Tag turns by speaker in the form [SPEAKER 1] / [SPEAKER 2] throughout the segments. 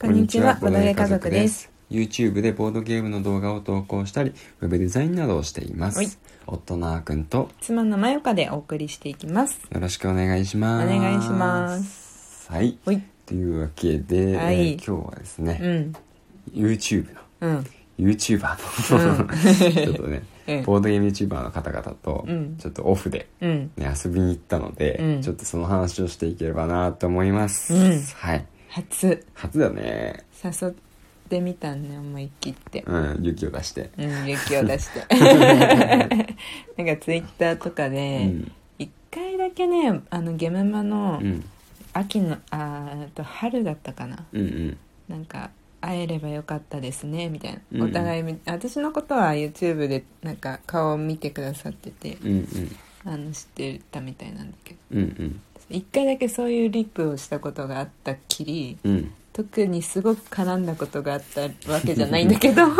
[SPEAKER 1] こんにちは、ボドゲ家族です。。
[SPEAKER 2] YouTube でボードゲームの動画を投稿したり、ウェブデザインなどをしています。
[SPEAKER 1] はい
[SPEAKER 2] 夫のあーくんと
[SPEAKER 1] 妻のまよかでお送りしていきます。
[SPEAKER 2] よろしくお願いし
[SPEAKER 1] お
[SPEAKER 2] ます。
[SPEAKER 1] 願いします。
[SPEAKER 2] す。はい。
[SPEAKER 1] ほい。
[SPEAKER 2] というわけで、
[SPEAKER 1] は
[SPEAKER 2] え
[SPEAKER 1] い
[SPEAKER 2] ー今日はです
[SPEAKER 1] う
[SPEAKER 2] ね、
[SPEAKER 1] ん。
[SPEAKER 2] YouTube の、
[SPEAKER 1] うん。
[SPEAKER 2] YouTuber の、 ちょっとね、
[SPEAKER 1] うん
[SPEAKER 2] ボードゲーム YouTuber の方々と
[SPEAKER 1] うん、
[SPEAKER 2] ちょっとオフで、
[SPEAKER 1] うん。
[SPEAKER 2] ね、遊びに行ったので、
[SPEAKER 1] うん
[SPEAKER 2] ちょっとその話をしていければなと思います。
[SPEAKER 1] うん
[SPEAKER 2] はい。
[SPEAKER 1] 初、
[SPEAKER 2] 初だね。
[SPEAKER 1] 誘ってみたね、思い切って。
[SPEAKER 2] うん、勇気を出して。
[SPEAKER 1] うん、勇気を出 して。なんかツイッターとか
[SPEAKER 2] う
[SPEAKER 1] で、
[SPEAKER 2] ん。
[SPEAKER 1] 一、回だけね、あの、ゲムマの
[SPEAKER 2] う、ん。
[SPEAKER 1] 秋の、あーあと春だったかな。
[SPEAKER 2] うんうん。
[SPEAKER 1] なんか会えればよかったですねみたい
[SPEAKER 2] うん
[SPEAKER 1] なお互いみ私のことは YouTube でなんか顔を見てくださってて
[SPEAKER 2] うんうん。
[SPEAKER 1] あの知ってたみたいなんだけど
[SPEAKER 2] うん
[SPEAKER 1] 一回だけそういうリプをしたことがあったっきり
[SPEAKER 2] うんうん
[SPEAKER 1] 特にすごく絡んだことがあったわけじゃないんだけど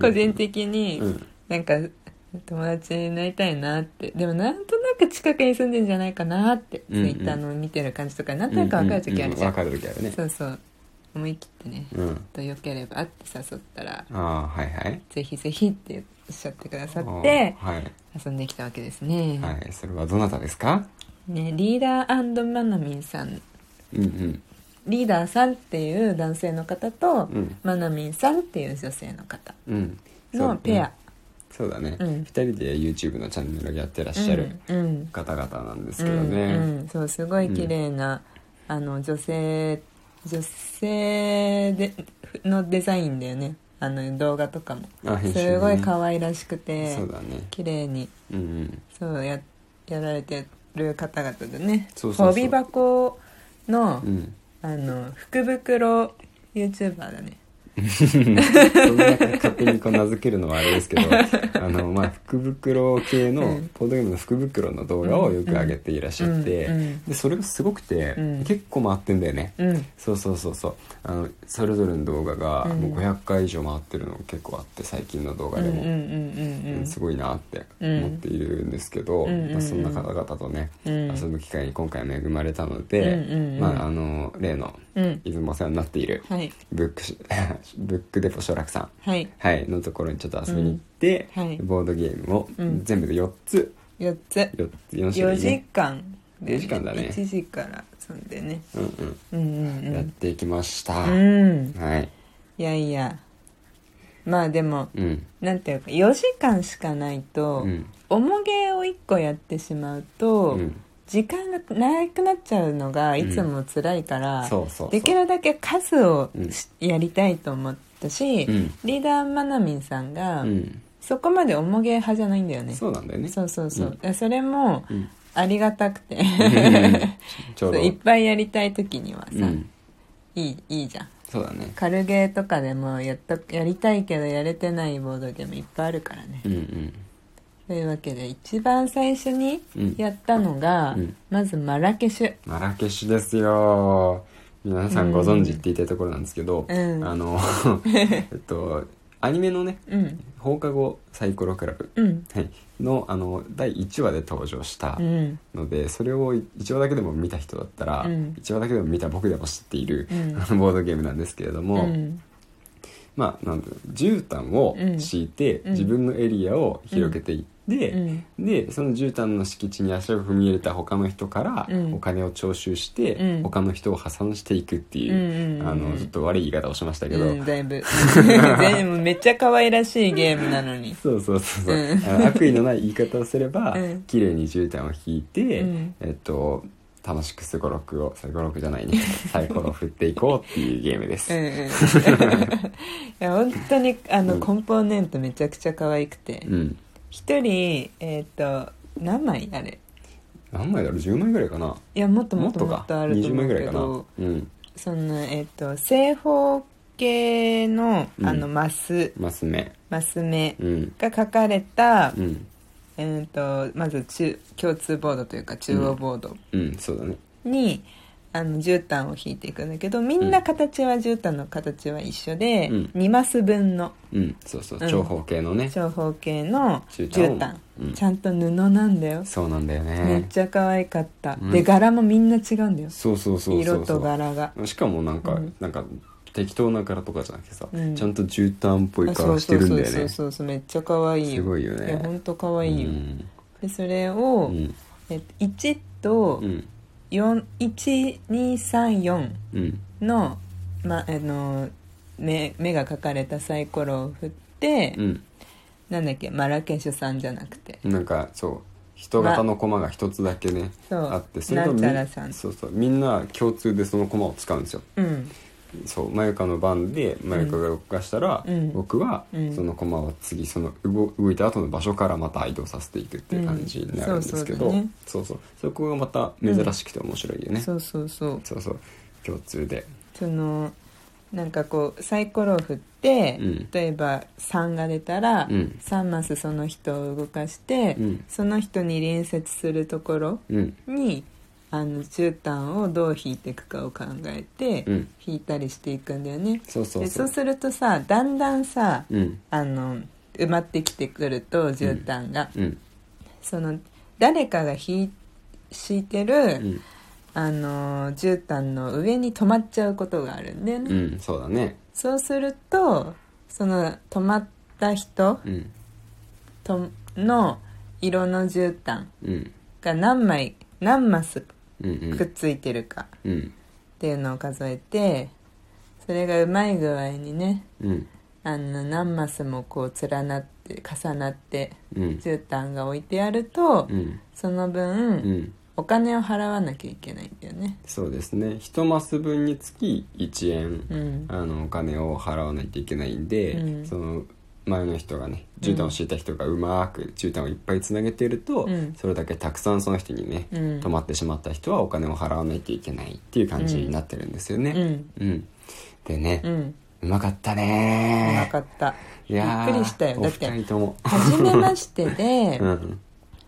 [SPEAKER 1] 個人的に
[SPEAKER 2] うん
[SPEAKER 1] なんか友達になりたいなってでもなんとなく近くに住んでんじゃないかなって
[SPEAKER 2] うんうん
[SPEAKER 1] Twitter の見てる感じとかなんとなく分かる時あるじゃん
[SPEAKER 2] 分かる時あるね
[SPEAKER 1] そうそう思い切ってね
[SPEAKER 2] うん
[SPEAKER 1] とよければって誘ったら
[SPEAKER 2] ああはいはい
[SPEAKER 1] ぜひぜひっておっしゃってくださって
[SPEAKER 2] あーはい
[SPEAKER 1] 遊んできたわけですね,、
[SPEAKER 2] はいそれはどなたですか
[SPEAKER 1] ねリーダーマナミンさん
[SPEAKER 2] うんうん
[SPEAKER 1] リーダーさんっていう男性の方と、
[SPEAKER 2] うん
[SPEAKER 1] マナミンさんっていう女性の方
[SPEAKER 2] うんそう
[SPEAKER 1] のペア
[SPEAKER 2] そうだね
[SPEAKER 1] うん
[SPEAKER 2] 二人で YouTube のチャンネルをやってらっしゃる
[SPEAKER 1] うんうん
[SPEAKER 2] 方々なんです
[SPEAKER 1] う
[SPEAKER 2] けど
[SPEAKER 1] ん
[SPEAKER 2] ね
[SPEAKER 1] うんそうすごい綺麗な、あの女性女性でのデザインだよねあの動画とかも
[SPEAKER 2] あ編集ね
[SPEAKER 1] すごい可愛らしくて
[SPEAKER 2] そうだね
[SPEAKER 1] 綺麗に
[SPEAKER 2] うんうん
[SPEAKER 1] そうややられてる方々でね
[SPEAKER 2] そうそうそう
[SPEAKER 1] ホビ箱の,、
[SPEAKER 2] うん
[SPEAKER 1] あの福袋 YouTuber だね
[SPEAKER 2] そんな勝手にこう名付けるのはあれですけ どあの、まあ、福袋系の
[SPEAKER 1] うん
[SPEAKER 2] ボードゲームの福袋の動画をよく上げていらっしゃって、
[SPEAKER 1] うんうん
[SPEAKER 2] でそれがすごくて、
[SPEAKER 1] うん
[SPEAKER 2] 結構回ってんだよね、
[SPEAKER 1] うん
[SPEAKER 2] そうそうそうそうあのそれぞれの動画が
[SPEAKER 1] うん
[SPEAKER 2] もう500回以上回ってるの結構あって最近の動画でも、
[SPEAKER 1] うんうんうんうん
[SPEAKER 2] うんすごいなって思っているんですけど、
[SPEAKER 1] うんうんうんうん
[SPEAKER 2] まあ、そんな方々とね、
[SPEAKER 1] うん
[SPEAKER 2] 遊ぶ機会に今回恵まれたので、
[SPEAKER 1] うんうんうん
[SPEAKER 2] まあ、あの例の
[SPEAKER 1] うん
[SPEAKER 2] いつもお世話になっている
[SPEAKER 1] はい
[SPEAKER 2] ブックシ ブックデポ書楽さん
[SPEAKER 1] はい
[SPEAKER 2] はい、のところにちょっと遊びに行って、
[SPEAKER 1] うんはい
[SPEAKER 2] ボードゲームを
[SPEAKER 1] うん
[SPEAKER 2] 全部で4つ、
[SPEAKER 1] 4つ
[SPEAKER 2] 4つ4種
[SPEAKER 1] 4
[SPEAKER 2] 類
[SPEAKER 1] 時
[SPEAKER 2] ね、
[SPEAKER 1] 間で
[SPEAKER 2] 四時間だね
[SPEAKER 1] 1時からそんでね
[SPEAKER 2] う
[SPEAKER 1] う
[SPEAKER 2] ん
[SPEAKER 1] ん
[SPEAKER 2] うんやってきました、
[SPEAKER 1] うんうんうん
[SPEAKER 2] はい
[SPEAKER 1] いやいやまあでも
[SPEAKER 2] うん
[SPEAKER 1] なんていうか4時間しかないと、
[SPEAKER 2] うん
[SPEAKER 1] 重げを1個やってしまうと、
[SPEAKER 2] うん
[SPEAKER 1] 時間がなくなっちゃうのがいつも辛いから、
[SPEAKER 2] そうそうそう
[SPEAKER 1] できるだけ数を
[SPEAKER 2] うん
[SPEAKER 1] しやりたいと思ったし、
[SPEAKER 2] うん
[SPEAKER 1] リーダーまなみんさんが、
[SPEAKER 2] うん
[SPEAKER 1] そこまで重げ派じゃないんだよね
[SPEAKER 2] そうなんだよね
[SPEAKER 1] そうそうそう
[SPEAKER 2] うん
[SPEAKER 1] でそれも
[SPEAKER 2] うん
[SPEAKER 1] ありがたく て
[SPEAKER 2] ち
[SPEAKER 1] そ
[SPEAKER 2] ょ
[SPEAKER 1] うう
[SPEAKER 2] ど
[SPEAKER 1] いっぱいやりたい時にはさ、
[SPEAKER 2] うん
[SPEAKER 1] いいいいじゃん
[SPEAKER 2] そうだね
[SPEAKER 1] 軽ゲーとかでもやったやりたいけどやれてないボードゲームいっぱいあるからね、
[SPEAKER 2] うんうん
[SPEAKER 1] というわけで一番最初に
[SPEAKER 2] うん
[SPEAKER 1] やったのが、
[SPEAKER 2] うん
[SPEAKER 1] まずマラケシュ
[SPEAKER 2] マラケシュですよ皆さんご存知って言いたいところなんですけど、
[SPEAKER 1] うん
[SPEAKER 2] あ のえっとアニメのね
[SPEAKER 1] うん
[SPEAKER 2] 放課後サイコロクラブ、
[SPEAKER 1] うん
[SPEAKER 2] はい、のあの第1話で登場した、
[SPEAKER 1] うん
[SPEAKER 2] のでそれを一話だけでも見た人だったら、
[SPEAKER 1] うん
[SPEAKER 2] 一話だけでも見た僕でも知っている、
[SPEAKER 1] うん
[SPEAKER 2] あのボードゲームなんですけれども、
[SPEAKER 1] うん
[SPEAKER 2] まあなんだろう絨毯を敷いて、
[SPEAKER 1] うん
[SPEAKER 2] 自分のエリアを広げていって、
[SPEAKER 1] うん
[SPEAKER 2] でその絨毯の敷地に足を踏み入れた他の人から
[SPEAKER 1] うん
[SPEAKER 2] お金を徴収して、
[SPEAKER 1] うん
[SPEAKER 2] 他の人を破産していくっていう,、
[SPEAKER 1] うんうんうん
[SPEAKER 2] あのちょっと悪い言い方をしましたけど、
[SPEAKER 1] うんだいぶ 全部めっちゃ可愛らしいゲームなのに
[SPEAKER 2] そうそうそうそう、
[SPEAKER 1] うん
[SPEAKER 2] あの悪意のない言い方をすれば、
[SPEAKER 1] うん
[SPEAKER 2] 綺麗に絨毯を引いて、
[SPEAKER 1] うん
[SPEAKER 2] えっと楽しくすごろくをすごろくじゃないねサイコロを振っていこうっていうゲームで
[SPEAKER 1] う
[SPEAKER 2] す、
[SPEAKER 1] んうん いや本当にあの、
[SPEAKER 2] うん
[SPEAKER 1] コンポーネントめちゃくちゃ可愛くて
[SPEAKER 2] うん
[SPEAKER 1] 一、人えっ、と何枚あれ
[SPEAKER 2] 何枚だろう10枚ぐらいかない
[SPEAKER 1] やもっとも
[SPEAKER 2] も
[SPEAKER 1] っ
[SPEAKER 2] っ
[SPEAKER 1] と
[SPEAKER 2] と
[SPEAKER 1] も
[SPEAKER 2] か
[SPEAKER 1] っとあると
[SPEAKER 2] 20
[SPEAKER 1] 思
[SPEAKER 2] 枚
[SPEAKER 1] う
[SPEAKER 2] ぐらい
[SPEAKER 1] け
[SPEAKER 2] かな
[SPEAKER 1] ど
[SPEAKER 2] うん
[SPEAKER 1] そのえっ、と正方形のあの
[SPEAKER 2] う
[SPEAKER 1] マス、
[SPEAKER 2] マス目
[SPEAKER 1] マス目
[SPEAKER 2] うん
[SPEAKER 1] が書かれた、
[SPEAKER 2] うん
[SPEAKER 1] えー、とまず中共通ボードというか中央ボード
[SPEAKER 2] うんそうだね
[SPEAKER 1] に、あの絨毯を引いていくんだけどみんな形は絨毯の形は一緒で、
[SPEAKER 2] うん
[SPEAKER 1] 2マス分の
[SPEAKER 2] うんそうそう
[SPEAKER 1] うん
[SPEAKER 2] 長方形のね、
[SPEAKER 1] 長方形の
[SPEAKER 2] 絨
[SPEAKER 1] 絨
[SPEAKER 2] 毯を
[SPEAKER 1] 毯
[SPEAKER 2] うん
[SPEAKER 1] ちゃんと布なんだよ、
[SPEAKER 2] そうなんだよね
[SPEAKER 1] めっちゃ可愛かった、
[SPEAKER 2] うん
[SPEAKER 1] で柄もみんな違うんだよ
[SPEAKER 2] そうそうそうそう
[SPEAKER 1] 色と柄が
[SPEAKER 2] しかもなんか、
[SPEAKER 1] うん
[SPEAKER 2] なんか適当な柄とかじゃなくてさ、
[SPEAKER 1] うん
[SPEAKER 2] ちゃんと絨毯っぽい
[SPEAKER 1] あそ
[SPEAKER 2] 柄
[SPEAKER 1] う
[SPEAKER 2] して
[SPEAKER 1] そう
[SPEAKER 2] る
[SPEAKER 1] そ
[SPEAKER 2] ん
[SPEAKER 1] う
[SPEAKER 2] だよ
[SPEAKER 1] そ
[SPEAKER 2] ね
[SPEAKER 1] うそうそうめっちゃ可愛い
[SPEAKER 2] す
[SPEAKER 1] よ
[SPEAKER 2] ごいよね
[SPEAKER 1] いや本当可愛いよ、
[SPEAKER 2] うん
[SPEAKER 1] でそれを、
[SPEAKER 2] うん
[SPEAKER 1] えっと1と
[SPEAKER 2] うん
[SPEAKER 1] 4 1234
[SPEAKER 2] うん
[SPEAKER 1] の,、ま、あの目目が描かれたサイコロを振って、
[SPEAKER 2] うん
[SPEAKER 1] なんだっけマラケシュさんじゃなくて
[SPEAKER 2] なんかそう人型のコマが一つだけね、
[SPEAKER 1] そう
[SPEAKER 2] あってそれが
[SPEAKER 1] なんちゃらさん
[SPEAKER 2] そうそうみんな共通でそのコマを使うんですよ
[SPEAKER 1] うん
[SPEAKER 2] そうまゆかの番でまゆかが動かしたら、
[SPEAKER 1] うん
[SPEAKER 2] 僕は
[SPEAKER 1] うん
[SPEAKER 2] そのコマを次その動動いた後の場所からまた移動させていくっていう感じになるんですけ
[SPEAKER 1] う
[SPEAKER 2] ど、
[SPEAKER 1] んそうそうだね
[SPEAKER 2] そうそうそこがまた珍しくて面白いよね、
[SPEAKER 1] そうそうそう
[SPEAKER 2] そうそう共通で
[SPEAKER 1] そのなんかこうサイコロを振って、
[SPEAKER 2] うん
[SPEAKER 1] 例えば3が出たら、
[SPEAKER 2] うん
[SPEAKER 1] 3マスその人を動かして、
[SPEAKER 2] うん
[SPEAKER 1] その人に隣接するところ
[SPEAKER 2] うん
[SPEAKER 1] にあの絨毯をどう引いていくかを考えて、
[SPEAKER 2] うん
[SPEAKER 1] 引いたりしていくんだよね。
[SPEAKER 2] そうそう
[SPEAKER 1] で
[SPEAKER 2] そ
[SPEAKER 1] そううするとさだんだんさ、
[SPEAKER 2] うん
[SPEAKER 1] あの埋まってきてくると絨毯が、
[SPEAKER 2] うん
[SPEAKER 1] その誰かが引い敷いてる、
[SPEAKER 2] うん
[SPEAKER 1] あの絨毯の上に止まっちゃうことがあるんだよね、
[SPEAKER 2] うんそうだね
[SPEAKER 1] そうするとその止まった人
[SPEAKER 2] うん
[SPEAKER 1] との色の絨毯
[SPEAKER 2] うん
[SPEAKER 1] が何枚何マス
[SPEAKER 2] うんう
[SPEAKER 1] くっ
[SPEAKER 2] ん
[SPEAKER 1] ついてるかっ
[SPEAKER 2] うん
[SPEAKER 1] ていうのを数えてそれがうまい具合にね
[SPEAKER 2] うん
[SPEAKER 1] あの何マスもこう連なって重なって
[SPEAKER 2] うん
[SPEAKER 1] 絨毯が置いてあると
[SPEAKER 2] うん
[SPEAKER 1] その分、
[SPEAKER 2] うん
[SPEAKER 1] お金を払わなきゃいけないんだよね
[SPEAKER 2] そうですね一マス分につき1円、
[SPEAKER 1] うん
[SPEAKER 2] あのお金を払わないといけないんで、
[SPEAKER 1] うん
[SPEAKER 2] その前の人がね絨毯を敷いた人がうまく絨毯をいっぱいつなげていると、
[SPEAKER 1] うん
[SPEAKER 2] それだけたくさんその人にね、
[SPEAKER 1] うん
[SPEAKER 2] 泊まってしまった人はお金を払わないといけないっていう感じになってるんですよね。
[SPEAKER 1] うん
[SPEAKER 2] うんでね、
[SPEAKER 1] う
[SPEAKER 2] うんまかった
[SPEAKER 1] うま
[SPEAKER 2] ね
[SPEAKER 1] かった
[SPEAKER 2] いやー
[SPEAKER 1] びっくりしたよだって
[SPEAKER 2] お二人とも。
[SPEAKER 1] 初めましてで、
[SPEAKER 2] うん、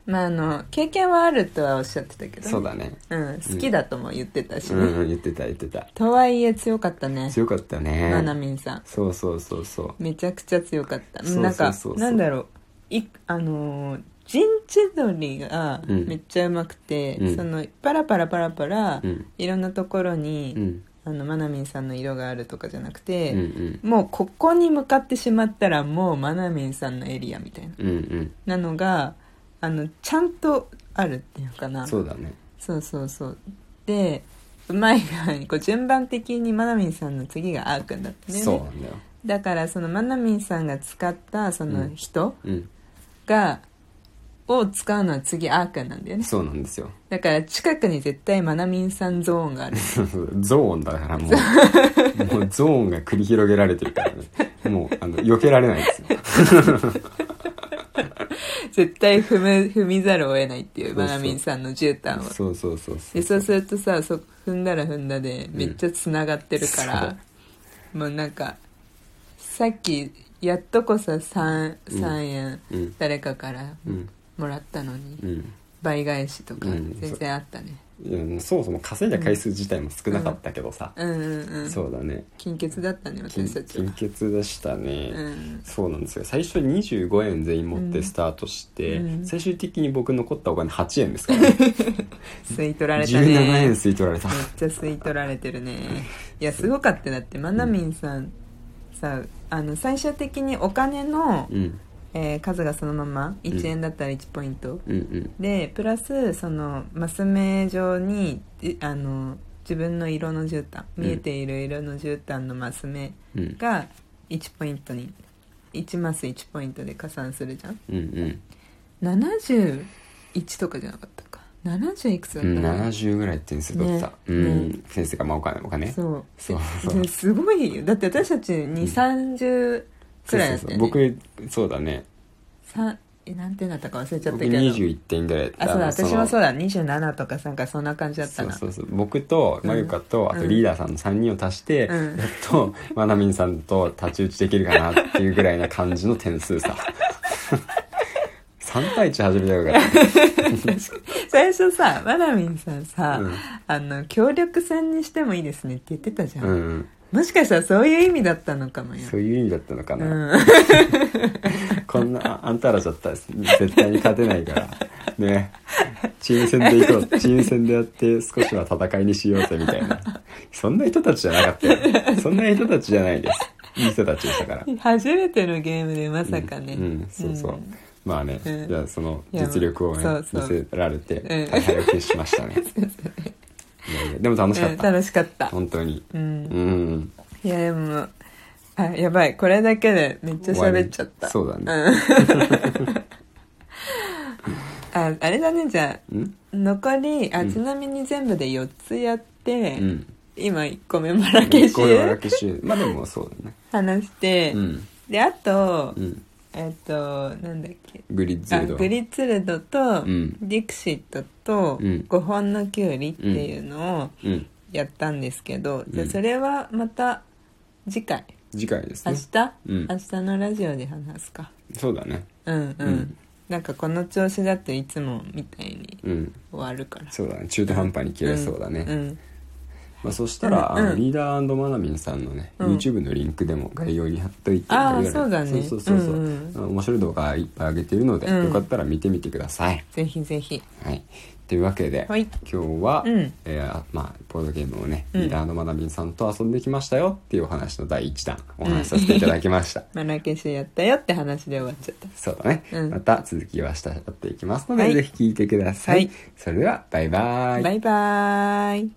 [SPEAKER 1] まあ、あの経験はあるとはおっしゃってたけどね、
[SPEAKER 2] そうだね。
[SPEAKER 1] うん、好きだとも言ってたし
[SPEAKER 2] う
[SPEAKER 1] ね、
[SPEAKER 2] ん、言ってた言ってた。
[SPEAKER 1] とはいえ強かったね
[SPEAKER 2] 強かったね。
[SPEAKER 1] まなみんさん
[SPEAKER 2] そうそうそうそう。
[SPEAKER 1] めちゃくちゃ強かった
[SPEAKER 2] そう
[SPEAKER 1] なんか
[SPEAKER 2] そうそうそう
[SPEAKER 1] なんだろういあのー陣地取りが
[SPEAKER 2] うん
[SPEAKER 1] めっちゃうまくて、
[SPEAKER 2] うん
[SPEAKER 1] そのパラパラパラパラ、
[SPEAKER 2] うん
[SPEAKER 1] いろんなところに、
[SPEAKER 2] うん
[SPEAKER 1] あのまなみんさんの色があるとかじゃなく
[SPEAKER 2] う
[SPEAKER 1] て、
[SPEAKER 2] んうん
[SPEAKER 1] もうここに向かってしまったらもうまなみんさんのエリアみたいな
[SPEAKER 2] うんうん。
[SPEAKER 1] なのがあのちゃんとあるっていうかな
[SPEAKER 2] そうだね。
[SPEAKER 1] そうそうそうでうまい具合にこう順番的にまなみんさんの次があーくんだったんだよね
[SPEAKER 2] そうなんだよ。
[SPEAKER 1] だからそのまなみんさんが使ったそうの
[SPEAKER 2] ん
[SPEAKER 1] 人
[SPEAKER 2] うん。
[SPEAKER 1] が、を使うのは次あーくんなんだよね
[SPEAKER 2] そうなんですよ。
[SPEAKER 1] だから近くに絶対まなみんさんゾーンがある
[SPEAKER 2] ゾーンだからも う、もうゾーンが繰り広げられてるからね。もう、あの、避けられないですよ。
[SPEAKER 1] 絶対踏む踏みざるを得ないってい
[SPEAKER 2] そううそう
[SPEAKER 1] まなみんさんの絨毯を
[SPEAKER 2] そうそうそうそう。
[SPEAKER 1] でそうするとさそ踏んだら踏んだでめっちゃつながってるから、もうなんかさっきやっとこそ 3, 3円
[SPEAKER 2] うん。
[SPEAKER 1] 誰かから
[SPEAKER 2] うん。
[SPEAKER 1] もらったのに
[SPEAKER 2] うん
[SPEAKER 1] 倍返しとか
[SPEAKER 2] うん
[SPEAKER 1] 全然あったね、
[SPEAKER 2] いや。そもそも稼いだ回数自体も少なかったけどさ。
[SPEAKER 1] うん、うんうん
[SPEAKER 2] そうだね。
[SPEAKER 1] 金欠だったね
[SPEAKER 2] 金
[SPEAKER 1] 私たち
[SPEAKER 2] 金
[SPEAKER 1] は、
[SPEAKER 2] 欠でしたね。
[SPEAKER 1] うん、
[SPEAKER 2] そうなんですよ最初25円全員持っ
[SPEAKER 1] う
[SPEAKER 2] て
[SPEAKER 1] ん
[SPEAKER 2] スタートして、
[SPEAKER 1] うん
[SPEAKER 2] 最終的に僕残ったお金8円です から、ね、
[SPEAKER 1] 吸い取られた
[SPEAKER 2] 17
[SPEAKER 1] ね
[SPEAKER 2] 円
[SPEAKER 1] めっ
[SPEAKER 2] 吸い取られた
[SPEAKER 1] ちゃ吸い取られて るねいやすごかっただってまなみんさんさあの最終的にお金の、
[SPEAKER 2] うん
[SPEAKER 1] えー数がそのまま1円だったら1ポイント、
[SPEAKER 2] うんうん
[SPEAKER 1] でプラスそのマス目状にいあの自分の色の絨毯
[SPEAKER 2] うん
[SPEAKER 1] 見えている色の絨毯のマス目
[SPEAKER 2] うん
[SPEAKER 1] が1ポイントに1マス1ポイントで加算するじゃん
[SPEAKER 2] うんうん
[SPEAKER 1] 71とかじゃなかったか70いくつだ
[SPEAKER 2] う
[SPEAKER 1] っ
[SPEAKER 2] ん
[SPEAKER 1] たか
[SPEAKER 2] 70ぐらい点数取ってた、
[SPEAKER 1] ね
[SPEAKER 2] うん、
[SPEAKER 1] ね
[SPEAKER 2] 先生がまあお金お金
[SPEAKER 1] そう
[SPEAKER 2] そう
[SPEAKER 1] え
[SPEAKER 2] そう
[SPEAKER 1] すごいよだって私たち2 3 0くらいだったよね
[SPEAKER 2] そうそう僕そうだね
[SPEAKER 1] さえ何点だったか忘れちゃった
[SPEAKER 2] 僕
[SPEAKER 1] けど
[SPEAKER 2] 21点ぐらいだった
[SPEAKER 1] あそうだ私もそう
[SPEAKER 2] だ
[SPEAKER 1] だ27とか3かそんな感じだった
[SPEAKER 2] そう
[SPEAKER 1] な
[SPEAKER 2] そうそう僕と
[SPEAKER 1] うん
[SPEAKER 2] まゆかとあと
[SPEAKER 1] うん
[SPEAKER 2] リーダーさんの3人を足して、
[SPEAKER 1] うん
[SPEAKER 2] やっとまなみんさんと太刀打ちできるかなっていうぐらいな感じの点数さ3対1始めたから、ね、
[SPEAKER 1] 最初さマナミンさんさ、
[SPEAKER 2] うん
[SPEAKER 1] あの協力船にしてもいいですねって言ってたじゃん、
[SPEAKER 2] うん、
[SPEAKER 1] もしかしたらそういう意味だったのかもよ
[SPEAKER 2] そういう意味だったのか
[SPEAKER 1] う
[SPEAKER 2] な、
[SPEAKER 1] ん、
[SPEAKER 2] こんなああんたらじゃったら絶対に勝てないからねチーム戦で 行こうチーム戦でやって少しは戦いにしようぜみたいなそんな人たちじゃなかったよそんな人たちじゃないですいい人たちでしたから
[SPEAKER 1] 初めてのゲームでまさかね、
[SPEAKER 2] うんうんそうそう、
[SPEAKER 1] ん
[SPEAKER 2] まあね、
[SPEAKER 1] うん
[SPEAKER 2] じゃあその
[SPEAKER 1] いや
[SPEAKER 2] 実力を、ね、
[SPEAKER 1] そうそう
[SPEAKER 2] 見せられて
[SPEAKER 1] うん
[SPEAKER 2] 大敗を決しま したね、いやいやでも楽しか
[SPEAKER 1] う
[SPEAKER 2] っ
[SPEAKER 1] ん
[SPEAKER 2] た、
[SPEAKER 1] 楽しかった、
[SPEAKER 2] 本当に
[SPEAKER 1] うん
[SPEAKER 2] うん
[SPEAKER 1] いやでもあやばいこれだけでめっちゃ喋っちゃった
[SPEAKER 2] 終わりそう
[SPEAKER 1] うんああれだねじゃあ
[SPEAKER 2] うん
[SPEAKER 1] 残りあ
[SPEAKER 2] うん
[SPEAKER 1] ちなみに全部で4つやって、
[SPEAKER 2] うん
[SPEAKER 1] 今1個目マラケシ
[SPEAKER 2] これはラ
[SPEAKER 1] ュ
[SPEAKER 2] ケシュまあでもそうだね
[SPEAKER 1] 話して、
[SPEAKER 2] うん
[SPEAKER 1] であと、
[SPEAKER 2] うん
[SPEAKER 1] えっとなんだっけ
[SPEAKER 2] グリッズ
[SPEAKER 1] あ
[SPEAKER 2] ルド
[SPEAKER 1] グリツルドと、
[SPEAKER 2] うん
[SPEAKER 1] ディクシットと、
[SPEAKER 2] うん
[SPEAKER 1] 5本のキュウリっていうのを
[SPEAKER 2] うん
[SPEAKER 1] やったんですけど、
[SPEAKER 2] ん
[SPEAKER 1] じゃあそれはまた次回
[SPEAKER 2] 次回です
[SPEAKER 1] 明
[SPEAKER 2] ね
[SPEAKER 1] 日、
[SPEAKER 2] うん
[SPEAKER 1] 明日のラジオで話すか
[SPEAKER 2] そうだね
[SPEAKER 1] うんうん、
[SPEAKER 2] うん
[SPEAKER 1] なんかこの調子だといつもみたいに
[SPEAKER 2] うん
[SPEAKER 1] 終わるから
[SPEAKER 2] そうだね中途半端に切れそうだね、
[SPEAKER 1] うんうん
[SPEAKER 2] まあ、そしたら、
[SPEAKER 1] うん
[SPEAKER 2] あのリーダーマナミンさんのね、
[SPEAKER 1] うん
[SPEAKER 2] YouTube のリンクでも概要に貼っといて
[SPEAKER 1] あー
[SPEAKER 2] 概
[SPEAKER 1] そ
[SPEAKER 2] 要欄に
[SPEAKER 1] うだね
[SPEAKER 2] そうそうそうそう、
[SPEAKER 1] うんうん
[SPEAKER 2] あの面白い動画いっぱい上げているので、
[SPEAKER 1] うん
[SPEAKER 2] よかったら見てみてください、
[SPEAKER 1] ぜひぜひ
[SPEAKER 2] はい、というわけで、
[SPEAKER 1] はい
[SPEAKER 2] 今日は、
[SPEAKER 1] うん
[SPEAKER 2] えーまあ、ボードゲームをね、
[SPEAKER 1] うん
[SPEAKER 2] リーダーのマナミンさんと遊んできましたよっていうお話の第1弾お話しさせていただきました、
[SPEAKER 1] マラケシュやったよって話で終わっちゃった
[SPEAKER 2] そうだね、
[SPEAKER 1] うん
[SPEAKER 2] また続きは明日やっていきますので、
[SPEAKER 1] はい
[SPEAKER 2] ぜひ聞いてください、
[SPEAKER 1] はい
[SPEAKER 2] それではバイバイ
[SPEAKER 1] バイバーイ